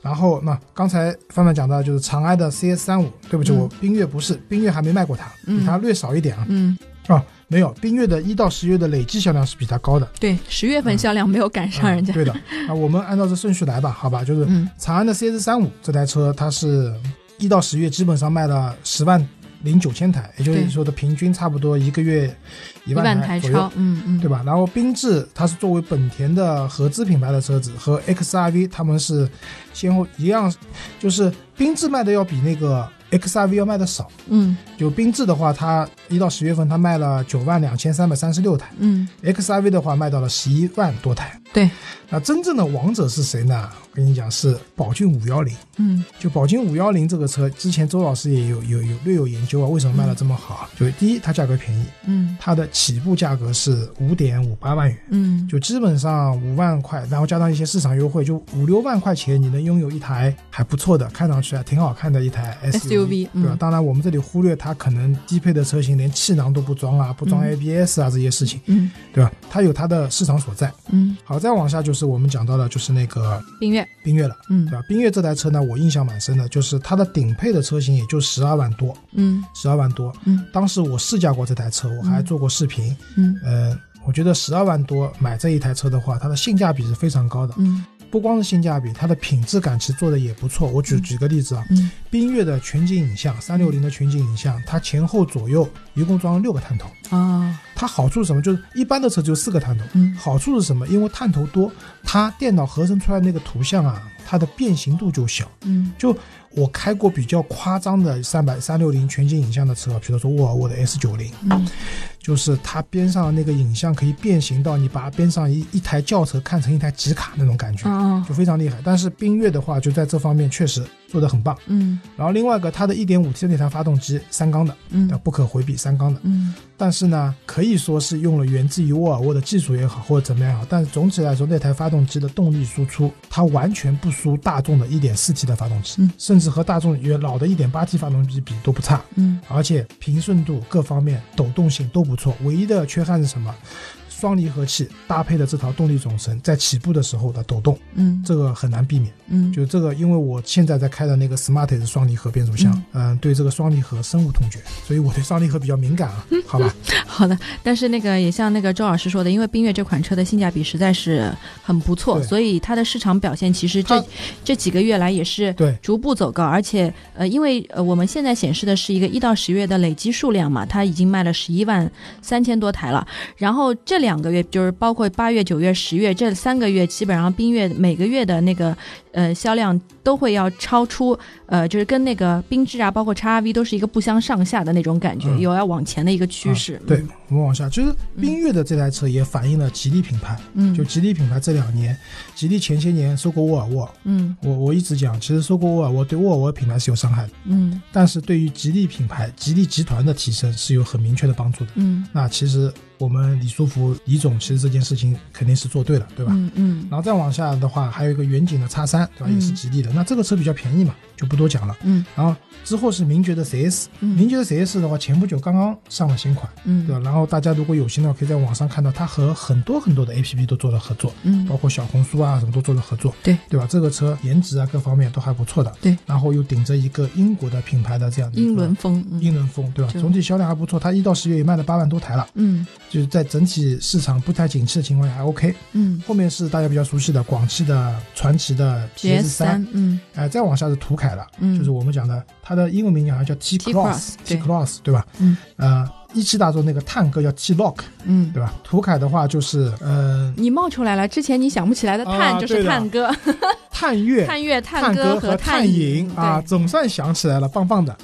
[SPEAKER 4] 然后那刚才范范讲到就是长安的 CS 三五，对不起，
[SPEAKER 5] 嗯
[SPEAKER 4] 我缤越不是，缤越还没卖过它，
[SPEAKER 5] 嗯
[SPEAKER 4] 比它略少一点啊。
[SPEAKER 5] 嗯
[SPEAKER 4] 啊，没有，缤越的一到十月的累计销量是比它高的。
[SPEAKER 5] 对，十月份销量没有赶上人家，
[SPEAKER 4] 嗯对的， 啊，我们按照这顺序来吧，好吧，就是
[SPEAKER 5] 嗯
[SPEAKER 4] 长安的 CS 三五这台车，它是一到十月基本上卖了十万零九千台，也就是
[SPEAKER 5] 对
[SPEAKER 4] 说的平均差不多一个月一
[SPEAKER 5] 一
[SPEAKER 4] 万
[SPEAKER 5] 万
[SPEAKER 4] 台
[SPEAKER 5] 台
[SPEAKER 4] 左右
[SPEAKER 5] 超，，嗯嗯，
[SPEAKER 4] 对吧？然后缤智它是作为本田的合资品牌的车子，和 XRV 他们是先后一样，就是缤智卖的要比那个 XRV 要卖的少。
[SPEAKER 5] 嗯
[SPEAKER 4] 就缤智的话，它一到十月份它卖了九万两千三百三十六台。
[SPEAKER 5] 嗯
[SPEAKER 4] XRV 的话卖到了十一万多台。
[SPEAKER 5] 对，
[SPEAKER 4] 那真正的王者是谁呢？我跟你讲，是宝骏五幺零。
[SPEAKER 5] 嗯
[SPEAKER 4] 就宝骏五幺零这个车，之前周老师也有有有略有研究啊，为什么卖的这么好啊？就是第一，它价格便宜，
[SPEAKER 5] 嗯
[SPEAKER 4] 它的起步价格是五点五八万元，
[SPEAKER 5] 嗯，
[SPEAKER 4] 就基本上五万块，然后加上一些市场优惠，就五六万块钱你能拥有一台还不错的，看上去还啊挺好看的一台
[SPEAKER 5] SUV
[SPEAKER 4] 对吧
[SPEAKER 5] 嗯？
[SPEAKER 4] 当然，我们这里忽略它可能低配的车型连气囊都不装啊，不装
[SPEAKER 5] 嗯
[SPEAKER 4] ABS 啊这些事情。
[SPEAKER 5] 嗯
[SPEAKER 4] 对吧？它有它的市场所在。
[SPEAKER 5] 嗯，
[SPEAKER 4] 好，再往下就是我们讲到的，就是那个
[SPEAKER 5] 缤越，
[SPEAKER 4] 缤越了，
[SPEAKER 5] 嗯
[SPEAKER 4] 对吧？缤越这台车呢，我印象蛮深的，就是它的顶配的车型也就十二万多，
[SPEAKER 5] 嗯
[SPEAKER 4] 十二万多。
[SPEAKER 5] 嗯
[SPEAKER 4] 当时我试驾过这台车，我还
[SPEAKER 5] 嗯
[SPEAKER 4] 做过视频。
[SPEAKER 5] 嗯
[SPEAKER 4] 呃，我觉得十二万多买这一台车的话，它的性价比是非常高的。
[SPEAKER 5] 嗯
[SPEAKER 4] 不光是性价比，它的品质感其实做的也不错。我举
[SPEAKER 5] 嗯
[SPEAKER 4] 举个例子啊，
[SPEAKER 5] 嗯
[SPEAKER 4] 缤越的全景影像，三六零的全景影像，它前后左右一共装了六个探头。
[SPEAKER 5] 啊，
[SPEAKER 4] 它好处是什么？就是一般的车只有四个探头，
[SPEAKER 5] 嗯
[SPEAKER 4] 好处是什么？因为探头多，它电脑合成出来那个图像啊，它的变形度就小。
[SPEAKER 5] 嗯
[SPEAKER 4] 就我开过比较夸张的三百三六零全景影像的车，比如说沃尔沃的 S 九零，
[SPEAKER 5] 嗯
[SPEAKER 4] 就是它边上的那个影像可以变形到你把它边上一一台轿车看成一台吉卡那种感觉，
[SPEAKER 5] 啊
[SPEAKER 4] 就非常厉害。但是缤越的话，就在这方面确实做得很棒。
[SPEAKER 5] 嗯
[SPEAKER 4] 然后另外一个，它的 1.5T 的那台发动机三缸的，
[SPEAKER 5] 嗯
[SPEAKER 4] 不可回避三缸的，
[SPEAKER 5] 嗯
[SPEAKER 4] 但是呢，可以说是用了源自于沃尔沃的技术也好，或者怎么样也好，但是总体来说，那台发动机的动力输出，它完全不输大众的 1.4T 的发动机，
[SPEAKER 5] 嗯
[SPEAKER 4] 甚至和大众原老的 1.8T 发动机比都不差，
[SPEAKER 5] 嗯
[SPEAKER 4] 而且平顺度各方面、抖动性都不错。唯一的缺憾是什么？双离合器搭配的这套动力总成在起步的时候的抖动，
[SPEAKER 5] 嗯
[SPEAKER 4] 这个很难避免。
[SPEAKER 5] 嗯，
[SPEAKER 4] 就这个，因为我现在在开的那个 Smart 也是双离合变速箱，嗯、对这个双离合深恶痛绝，所以我对双离合比较敏感啊，好吧？
[SPEAKER 5] 好的，但是那个也像那个周老师说的，因为缤越这款车的性价比实在是很不错，
[SPEAKER 4] 对
[SPEAKER 5] 所以它的市场表现其实这
[SPEAKER 4] 它
[SPEAKER 5] 这几个月来也是
[SPEAKER 4] 对
[SPEAKER 5] 逐步走高，而且呃，因为呃我们现在显示的是一个一到十月的累积数量嘛，它已经卖了十一万三千多台了。然后这两个月就是包括八月、九月、十月这三个月，基本上缤越每个月的那个呃销量都会要超出呃，就是跟那个缤智啊，包括 x R V 都是一个不相上下的那种感觉，
[SPEAKER 4] 嗯
[SPEAKER 5] 有要往前的一个趋势。嗯
[SPEAKER 4] 对，我们往下，其实缤越的这台车也反映了吉利品牌，
[SPEAKER 5] 嗯，
[SPEAKER 4] 就吉利品牌这两年，吉利前些年收购沃尔沃，
[SPEAKER 5] 嗯
[SPEAKER 4] 我我一直讲，其实收购沃尔沃对沃尔沃品牌是有伤害的，
[SPEAKER 5] 嗯
[SPEAKER 4] 但是对于吉利品牌、吉利集团的提升是有很明确的帮助的。
[SPEAKER 5] 嗯
[SPEAKER 4] 那其实我们李书福李总，其实这件事情肯定是做对了，对吧？
[SPEAKER 5] 嗯嗯
[SPEAKER 4] 然后再往下的话，还有一个远景的叉三，对吧？
[SPEAKER 5] 嗯
[SPEAKER 4] 也是吉利的。那这个车比较便宜嘛，就不多讲了。
[SPEAKER 5] 嗯
[SPEAKER 4] 然后之后是名爵的 CS，、
[SPEAKER 5] 嗯
[SPEAKER 4] 名爵的 CS 的话，前不久刚刚上了新款，
[SPEAKER 5] 嗯，
[SPEAKER 4] 对吧？然后大家如果有心的话，可以在网上看到它和很多很多的 APP 都做了合作，
[SPEAKER 5] 嗯
[SPEAKER 4] 包括小红书啊什么都做了合作，
[SPEAKER 5] 对
[SPEAKER 4] 对吧？这个车颜值啊各方面都还不错的，
[SPEAKER 5] 对。
[SPEAKER 4] 然后又顶着一个英国的品牌的这样的一个
[SPEAKER 5] 英伦风，嗯
[SPEAKER 4] 英伦风，对吧？
[SPEAKER 5] 就
[SPEAKER 4] 总体销量还不错，它一到十月也卖了八万多台了，
[SPEAKER 5] 嗯
[SPEAKER 4] 就是在整体市场不太景气的情况下还 OK。
[SPEAKER 5] 嗯
[SPEAKER 4] 后面是大家比较熟悉的广汽的传祺的三，
[SPEAKER 5] ，GS 三，嗯
[SPEAKER 4] 哎，再往下是途凯了，
[SPEAKER 5] 嗯
[SPEAKER 4] 就是我们讲的，它的英文名讲好像叫 T
[SPEAKER 5] T-Cross，
[SPEAKER 4] Cross，T
[SPEAKER 5] 对
[SPEAKER 4] Cross 对吧？
[SPEAKER 5] 嗯
[SPEAKER 4] 呃，一汽大众那个探戈叫 T Lock
[SPEAKER 5] 嗯
[SPEAKER 4] 对。吧？途凯的话就是呃
[SPEAKER 5] 你冒出来了，之前你想不起来的
[SPEAKER 4] 啊
[SPEAKER 5] 探就是
[SPEAKER 4] 对的
[SPEAKER 5] 探戈、
[SPEAKER 4] 探岳、
[SPEAKER 5] 探岳、
[SPEAKER 4] 探
[SPEAKER 5] 戈
[SPEAKER 4] 和
[SPEAKER 5] 探
[SPEAKER 4] 影啊，
[SPEAKER 5] 对嗯
[SPEAKER 4] 总算想起来了，棒棒的，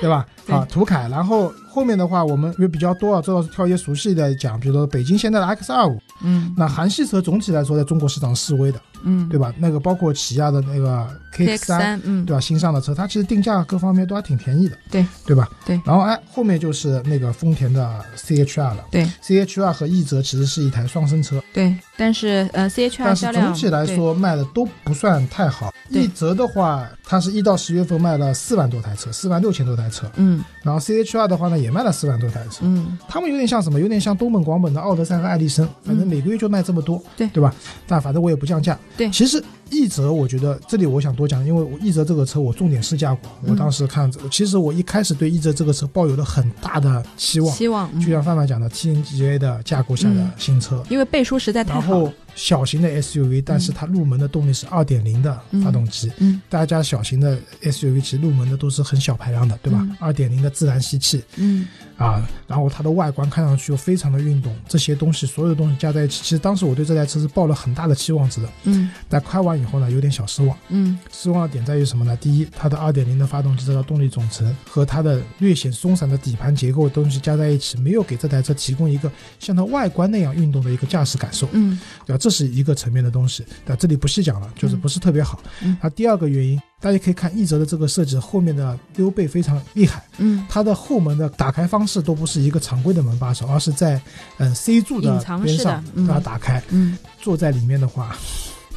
[SPEAKER 4] 对吧？
[SPEAKER 5] 对
[SPEAKER 4] 啊，途凯，然后后面的话我们也比较多啊，周老师挑一些熟悉的讲，比如说北京现代的 X 二五，
[SPEAKER 5] 嗯
[SPEAKER 4] 那韩系车总体来说在中国市场示威的，
[SPEAKER 5] 嗯，
[SPEAKER 4] 对吧？那个包括起亚的那个
[SPEAKER 5] ？KX
[SPEAKER 4] KX 三。
[SPEAKER 5] 三，嗯，
[SPEAKER 4] 对吧？新上的车，它其实定价各方面都还挺便宜的，
[SPEAKER 5] 对
[SPEAKER 4] 对吧？
[SPEAKER 5] 对
[SPEAKER 4] 然后哎，后面就是那个丰田的 CHR 了
[SPEAKER 5] 对
[SPEAKER 4] ，CHR 和奕泽其实是一台双生车，
[SPEAKER 5] 对，但是呃，CHR
[SPEAKER 4] 但
[SPEAKER 5] 销
[SPEAKER 4] 是
[SPEAKER 5] 量
[SPEAKER 4] 总体来，说卖的都不算太好。
[SPEAKER 5] 对
[SPEAKER 4] 奕泽的话，它是一到十月份卖了四万多台车，四万六千多台车，
[SPEAKER 5] 对嗯
[SPEAKER 4] 然后 CHR 的话呢也卖了四万多台车，
[SPEAKER 5] 嗯
[SPEAKER 4] 他们有点像什么？有点像东本、广本的奥德赛和爱丽绅，反正每个月就卖这么多，
[SPEAKER 5] 对
[SPEAKER 4] 对吧？但反正我也不降价。
[SPEAKER 5] 对
[SPEAKER 4] 其实奕泽，我觉得这里我想多讲，因为我奕泽这个车我重点试驾过，
[SPEAKER 5] 嗯
[SPEAKER 4] 我当时看，其实我一开始对奕泽这个车抱有了很大的期望，
[SPEAKER 5] 希望，嗯
[SPEAKER 4] 就像范范讲的，TNGA 的架构下的
[SPEAKER 5] 嗯
[SPEAKER 4] 新车，
[SPEAKER 5] 因为背书实在太
[SPEAKER 4] 然
[SPEAKER 5] 好了，
[SPEAKER 4] 后小型的 SUV，但是它入门的动力是2.0的发动机。
[SPEAKER 5] 嗯
[SPEAKER 4] 大家小型的 SUV 其实入门的都是很小排量的，对吧
[SPEAKER 5] 嗯？
[SPEAKER 4] 2.0的自然吸气，
[SPEAKER 5] 嗯
[SPEAKER 4] 啊，然后它的外观看上去又非常的运动，这些东西所有的东西加在一起，其实当时我对这台车是抱了很大的期望值的，
[SPEAKER 5] 嗯
[SPEAKER 4] 但开完以后呢，有点小失望。
[SPEAKER 5] 嗯
[SPEAKER 4] 失望的点在于什么呢？第一，它的2.0的发动机这套动力总成和它的略显松散的底盘结构的东西加在一起，没有给这台车提供一个像它外观那样运动的一个驾驶感受，
[SPEAKER 5] 嗯
[SPEAKER 4] 对吧？这是一个层面的东西，对吧？这里不细讲了，就是不是特别好。
[SPEAKER 5] 嗯嗯
[SPEAKER 4] 那第二个原因，大家可以看奕泽的这个设计后面的溜背非常厉害。
[SPEAKER 5] 嗯，
[SPEAKER 4] 它的后门的打开方式都不是一个常规的门把手，而是在嗯 C 柱的
[SPEAKER 5] 隐藏式
[SPEAKER 4] 边
[SPEAKER 5] 的
[SPEAKER 4] 上
[SPEAKER 5] 嗯
[SPEAKER 4] 把它打开。
[SPEAKER 5] 嗯
[SPEAKER 4] 坐在里面的话，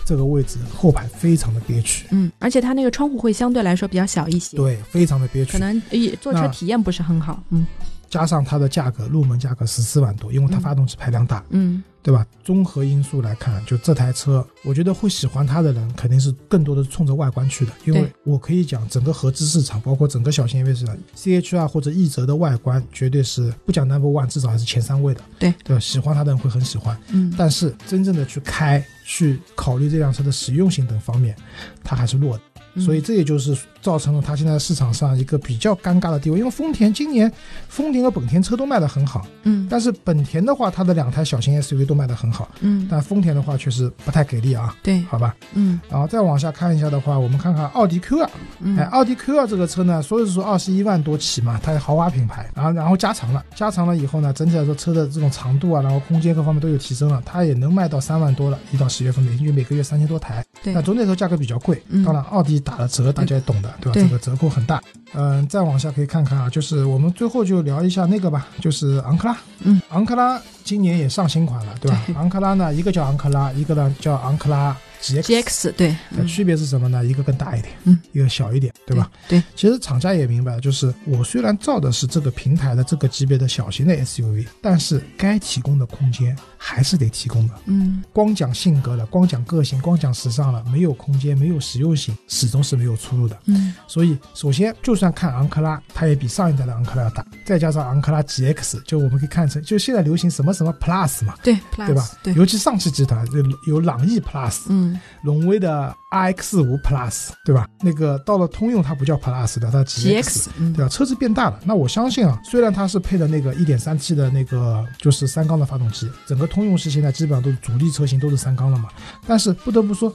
[SPEAKER 4] 这个位置后排非常的憋屈，
[SPEAKER 5] 嗯，而且它那个窗户会相对来说比较小一些，
[SPEAKER 4] 对，非常的憋
[SPEAKER 5] 可
[SPEAKER 4] 屈。
[SPEAKER 5] 能也坐车
[SPEAKER 4] 那
[SPEAKER 5] 体验不是很好。嗯
[SPEAKER 4] 加上它的价格，入门价格十四万多，因为它
[SPEAKER 5] 嗯
[SPEAKER 4] 发动机排量大，
[SPEAKER 5] 嗯
[SPEAKER 4] 对吧？综合因素来看，就这台车，我觉得会喜欢它的人肯定是更多的是冲着外观去的，因为
[SPEAKER 5] 对
[SPEAKER 4] 我可以讲整个合资市场，包括整个小型 SUV 市场，CHR 或者奕泽的外观绝对是不讲 number one，至少还是前三位的。
[SPEAKER 5] 对
[SPEAKER 4] 对吧，喜欢它的人会很喜欢。
[SPEAKER 5] 嗯，
[SPEAKER 4] 但是真正的去开、去考虑这辆车的实用性等方面，它还是弱的。
[SPEAKER 5] 嗯
[SPEAKER 4] 所以这也就是造成了它现在市场上一个比较尴尬的地位。因为丰田今年，丰田和本田车都卖得很好，
[SPEAKER 5] 嗯
[SPEAKER 4] 但是本田的话，它的两台小型 SUV 都卖得很好，
[SPEAKER 5] 嗯，
[SPEAKER 4] 但丰田的话确实不太给力啊。
[SPEAKER 5] 对，
[SPEAKER 4] 好吧，
[SPEAKER 5] 嗯
[SPEAKER 4] 然后再往下看一下的话，我们看看奥迪 Q 2
[SPEAKER 5] 嗯
[SPEAKER 4] 哎，奥迪 Q 2这个车呢，所以说二十一万多起嘛，它是豪华品牌，然后然后加长了，加长了以后呢，整体来说车的这种长度啊，然后空间各方面都有提升了，它也能卖到三万多了，一到十月份平均每个月三千多台，
[SPEAKER 5] 对
[SPEAKER 4] 那总体来说价格比较贵，
[SPEAKER 5] 嗯
[SPEAKER 4] 当然奥迪打了折，大家也懂的，对吧？
[SPEAKER 5] 对
[SPEAKER 4] 这个折扣很大。嗯，再往下可以看看啊，就是我们最后就聊一下那个吧，就是昂克拉，
[SPEAKER 5] 嗯，
[SPEAKER 4] 昂克拉今年也上新款了，对吧？
[SPEAKER 5] 对
[SPEAKER 4] 昂克拉呢，一个叫昂克拉，一个呢叫昂克拉 GX。
[SPEAKER 5] GX 对，
[SPEAKER 4] 那呃区别是什么呢？一个更大一点，
[SPEAKER 5] 嗯，
[SPEAKER 4] 一个小一点，对吧？
[SPEAKER 5] 对，
[SPEAKER 4] 其实厂家也明白，就是我虽然造的是这个平台的这个级别的小型的 SUV，但是该提供的空间还是得提供的。
[SPEAKER 5] 嗯
[SPEAKER 4] 光讲性格了，光讲个性，光讲时尚了，没有空间，没有实用性，始终是没有出路的。
[SPEAKER 5] 嗯
[SPEAKER 4] 所以，首先就算看昂克拉，它也比上一代的昂克拉要大，再加上昂克拉 GX，就我们可以看成，就现在流行什么什么 Plus 嘛，
[SPEAKER 5] 对
[SPEAKER 4] 对吧
[SPEAKER 5] Plus 对，
[SPEAKER 4] 尤其上汽集团有有朗逸 Plus，
[SPEAKER 5] 嗯
[SPEAKER 4] 荣威的 RX 五 Plus，对吧？那个到了通用它不叫 Plus 的，它
[SPEAKER 5] GX 嗯
[SPEAKER 4] 对吧？车子变大了，那我相信啊，虽然它是配的那个 1.3T 的那个就是三缸的发动机，整个通用是现在基本上都是主力车型都是三缸了嘛，但是不得不说，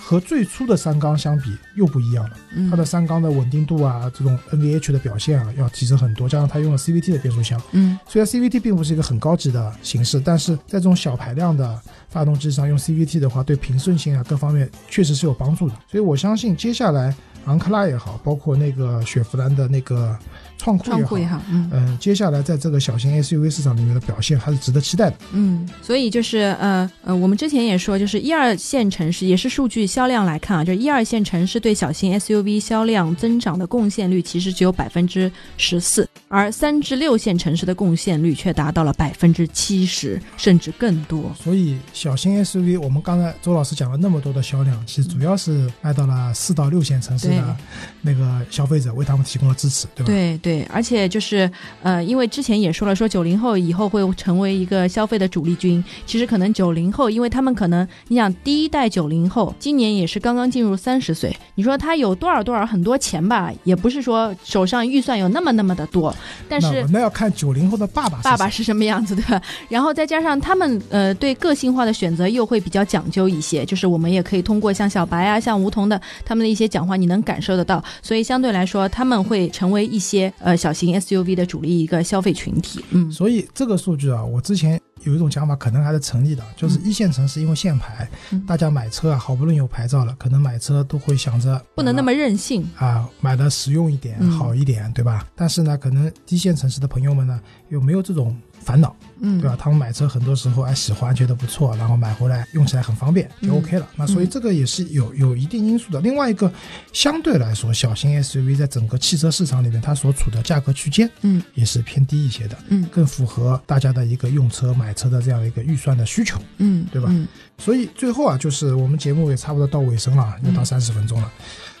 [SPEAKER 4] 和最初的三缸相比又不一样了。
[SPEAKER 5] 嗯
[SPEAKER 4] 它的三缸的稳定度啊，这种 NVH 的表现啊，要提升很多，加上它用了 CVT 的变速箱，
[SPEAKER 5] 嗯
[SPEAKER 4] 虽然 CVT 并不是一个很高级的形式，但是在这种小排量的发动机上用 CVT 的话，对平顺性啊各方面确实是有帮助的。所以我相信接下来昂克拉也好，包括那个雪佛兰的那个创酷
[SPEAKER 5] 创
[SPEAKER 4] 也
[SPEAKER 5] 酷
[SPEAKER 4] 好。
[SPEAKER 5] 也好嗯。
[SPEAKER 4] 嗯，接下来在这个小型 SUV 市场里面的表现还是值得期待的。
[SPEAKER 5] 嗯，所以就是呃呃，我们之前也说，就是一二线城市也是数据销量来看啊，就是一二线城市对小型 SUV 销量增长的贡献率其实只有百分之十四，而三至六线城市的贡献率却达到了百分之七十甚至更多。
[SPEAKER 4] 所以小型 SUV，我们刚才周老师讲了那么多的销量，其实主要是卖到了四到六线城市
[SPEAKER 5] 对
[SPEAKER 4] 的那个消费者，为他们提供了支持，对吧？
[SPEAKER 5] 对对，而且就是呃，因为之前也说了，说九零后以后会成为一个消费的主力军。其实可能九零后，因为他们可能你想第一代九零后，今年也是刚刚进入三十岁，你说他有多少多少很多钱吧，也不是说手上预算有那么那么的多，但
[SPEAKER 4] 那
[SPEAKER 5] 是
[SPEAKER 4] 我。那要看九零后的爸爸是
[SPEAKER 5] 爸爸
[SPEAKER 4] 谁
[SPEAKER 5] 是什么样子，对吧？ 然后再加上他们呃对个性化的选择又会比较讲究一些，就是我们也可以通过像小白啊、像梧桐的他们的一些讲话，你能感受得到，所以相对来说他们会成为一些呃小型 SUV 的主力一个消费群体。嗯
[SPEAKER 4] 所以这个数据啊，我之前有一种讲法，可能还是成立的，就是
[SPEAKER 5] 嗯
[SPEAKER 4] 一线城市因为限牌，
[SPEAKER 5] 嗯
[SPEAKER 4] 大家买车啊，好不容易有牌照了，可能买车都会想着
[SPEAKER 5] 不能那么任性。
[SPEAKER 4] 啊，买的实用一点
[SPEAKER 5] 嗯，
[SPEAKER 4] 好一点，对吧？但是呢，可能一线城市的朋友们呢，有没有这种烦恼，
[SPEAKER 5] 嗯，
[SPEAKER 4] 对吧？他们买车很多时候哎喜欢，觉得不错，然后买回来用起来很方便，就
[SPEAKER 5] 嗯
[SPEAKER 4] OK 了。那所以
[SPEAKER 5] 嗯
[SPEAKER 4] 这个也是有有一定因素的。另外一个，相对来说，小型 SUV 在整个汽车市场里面，它所处的价格区间，
[SPEAKER 5] 嗯，
[SPEAKER 4] 也是偏低一些的。
[SPEAKER 5] 嗯
[SPEAKER 4] 更符合大家的一个用车、买车的这样的一个预算的需求。
[SPEAKER 5] 嗯，
[SPEAKER 4] 对吧
[SPEAKER 5] 嗯
[SPEAKER 4] 所以最后啊，就是我们节目也差不多到尾声了，又到
[SPEAKER 5] 嗯
[SPEAKER 4] 三十分钟了。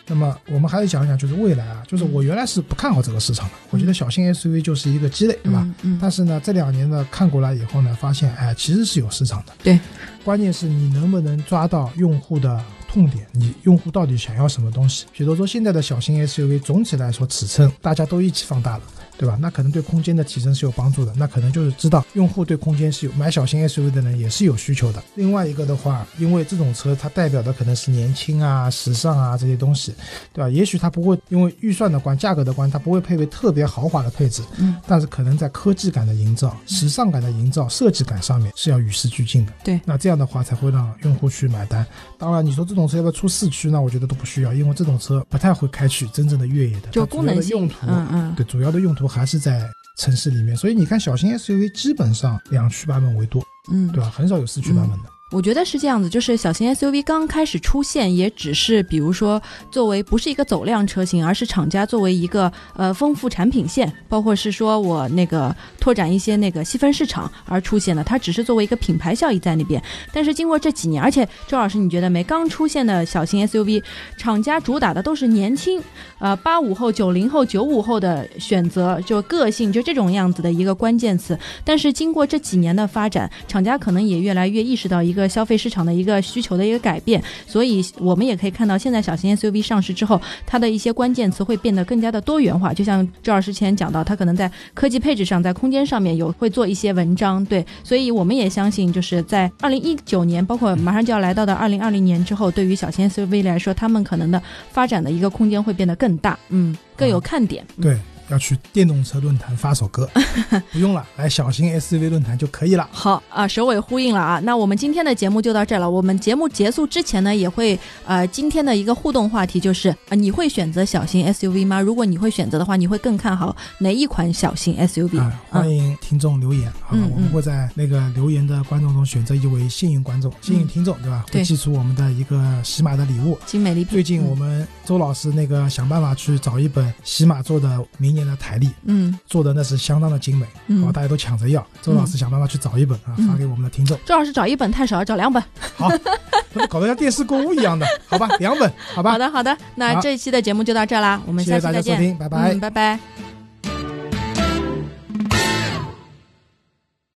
[SPEAKER 4] 那么我们还是讲一讲，就是未来啊，
[SPEAKER 5] 嗯
[SPEAKER 4] 就是我原来是不看好这个市场的，我觉得小型 SUV 就是一个鸡肋，对吧？？
[SPEAKER 5] 嗯，
[SPEAKER 4] 但是呢，这两年呢看过来以后呢，发现哎，其实是有市场的。
[SPEAKER 5] 对，
[SPEAKER 4] 关键是你能不能抓到用户的痛点，你用户到底想要什么东西？比如说现在的小型 SUV 总体来说尺寸大家都一起放大了。对吧？那可能对空间的提升是有帮助的。那可能就是知道用户对空间是有买小型 SUV 的人也是有需求的。另外一个的话，因为这种车它代表的可能是年轻啊、时尚啊这些东西，对吧？也许它不会因为预算的关、价格的关，它不会配备特别豪华的配置，
[SPEAKER 5] 嗯，
[SPEAKER 4] 但是可能在科技感的营造、时尚感的营造、设计感上面是要与时俱进的。
[SPEAKER 5] 对
[SPEAKER 4] 那这样的话才会让用户去买单。当然，你说这种车要不要出市区，那我觉得都不需要，因为这种车不太会开去真正的越野的，
[SPEAKER 5] 就
[SPEAKER 4] 它主要
[SPEAKER 5] 功能
[SPEAKER 4] 的
[SPEAKER 5] 性
[SPEAKER 4] 用途，
[SPEAKER 5] 嗯嗯，
[SPEAKER 4] 对，主要的用途还是在。城市里面，所以你看，小型 SUV 基本上两驱版本为多，
[SPEAKER 5] 嗯，
[SPEAKER 4] 对吧？很少有四驱版本的。
[SPEAKER 5] 我觉得是这样子，就是小型 SUV 刚开始出现，也只是比如说作为不是一个走量车型，而是厂家作为一个呃丰富产品线，包括是说我那个拓展一些那个细分市场而出现的，它只是作为一个品牌效益在那边。但是经过这几年，而且周老师你觉得没？刚出现的小型 SUV，厂家主打的都是年轻，呃八五后、九零后、九五后的选择，就个性就这种样子的一个关键词。但是经过这几年的发展，厂家可能也越来越意识到一个消费市场的一个需求的一个改变，所以我们也可以看到，现在小型 SUV 上市之后，它的一些关键词会变得更加的多元化。就像周老师之前讲到，它可能在科技配置上，在空间上面有会做一些文章，对，所以我们也相信，就是在二零一九年，包括马上就要来到的二零二零年之后，对于小型 SUV 来说，他们可能的发展的一个空间会变得更大，嗯，更有看点。嗯
[SPEAKER 4] 对，要去电动车论坛发首 歌，不用了，来小型 SUV 论坛就可以了。
[SPEAKER 5] 好啊，首尾呼应了啊。那我们今天的节目就到这儿了。我们节目结束之前呢，也会呃今天的一个互动话题就是啊、你会选择小型 SUV 吗？如果你会选择的话，你会更看好哪一款小型 SUV？、
[SPEAKER 4] 啊，欢迎听众留言，好吧
[SPEAKER 5] 嗯？
[SPEAKER 4] 我们会在那个留言的观众中选择一位幸运观众、幸运听众，对吧？
[SPEAKER 5] 嗯对嗯
[SPEAKER 4] 会寄出我们的一个喜马的礼物。
[SPEAKER 5] 精美礼品。
[SPEAKER 4] 最近我
[SPEAKER 5] 们
[SPEAKER 4] 们周老师那个想办法去找一本喜马做的明年的台历，
[SPEAKER 5] 嗯
[SPEAKER 4] 做的那是相当的精美，
[SPEAKER 5] 嗯
[SPEAKER 4] 好吧？大家都抢着要。周老师想办法去找一本啊，
[SPEAKER 5] 嗯
[SPEAKER 4] 发给我们的听众，
[SPEAKER 5] 周老师找一本太少，找两本。
[SPEAKER 4] 搞得像电视购物一样的，好吧？两本，好吧？
[SPEAKER 5] 好的，好的。那
[SPEAKER 4] 好
[SPEAKER 5] 这一期的节目就到这儿啦，我们
[SPEAKER 4] 谢
[SPEAKER 5] 下
[SPEAKER 4] 谢
[SPEAKER 5] 期
[SPEAKER 4] 大家
[SPEAKER 5] 再
[SPEAKER 4] 收
[SPEAKER 5] 见。
[SPEAKER 4] 听，拜拜
[SPEAKER 5] 嗯，。拜拜。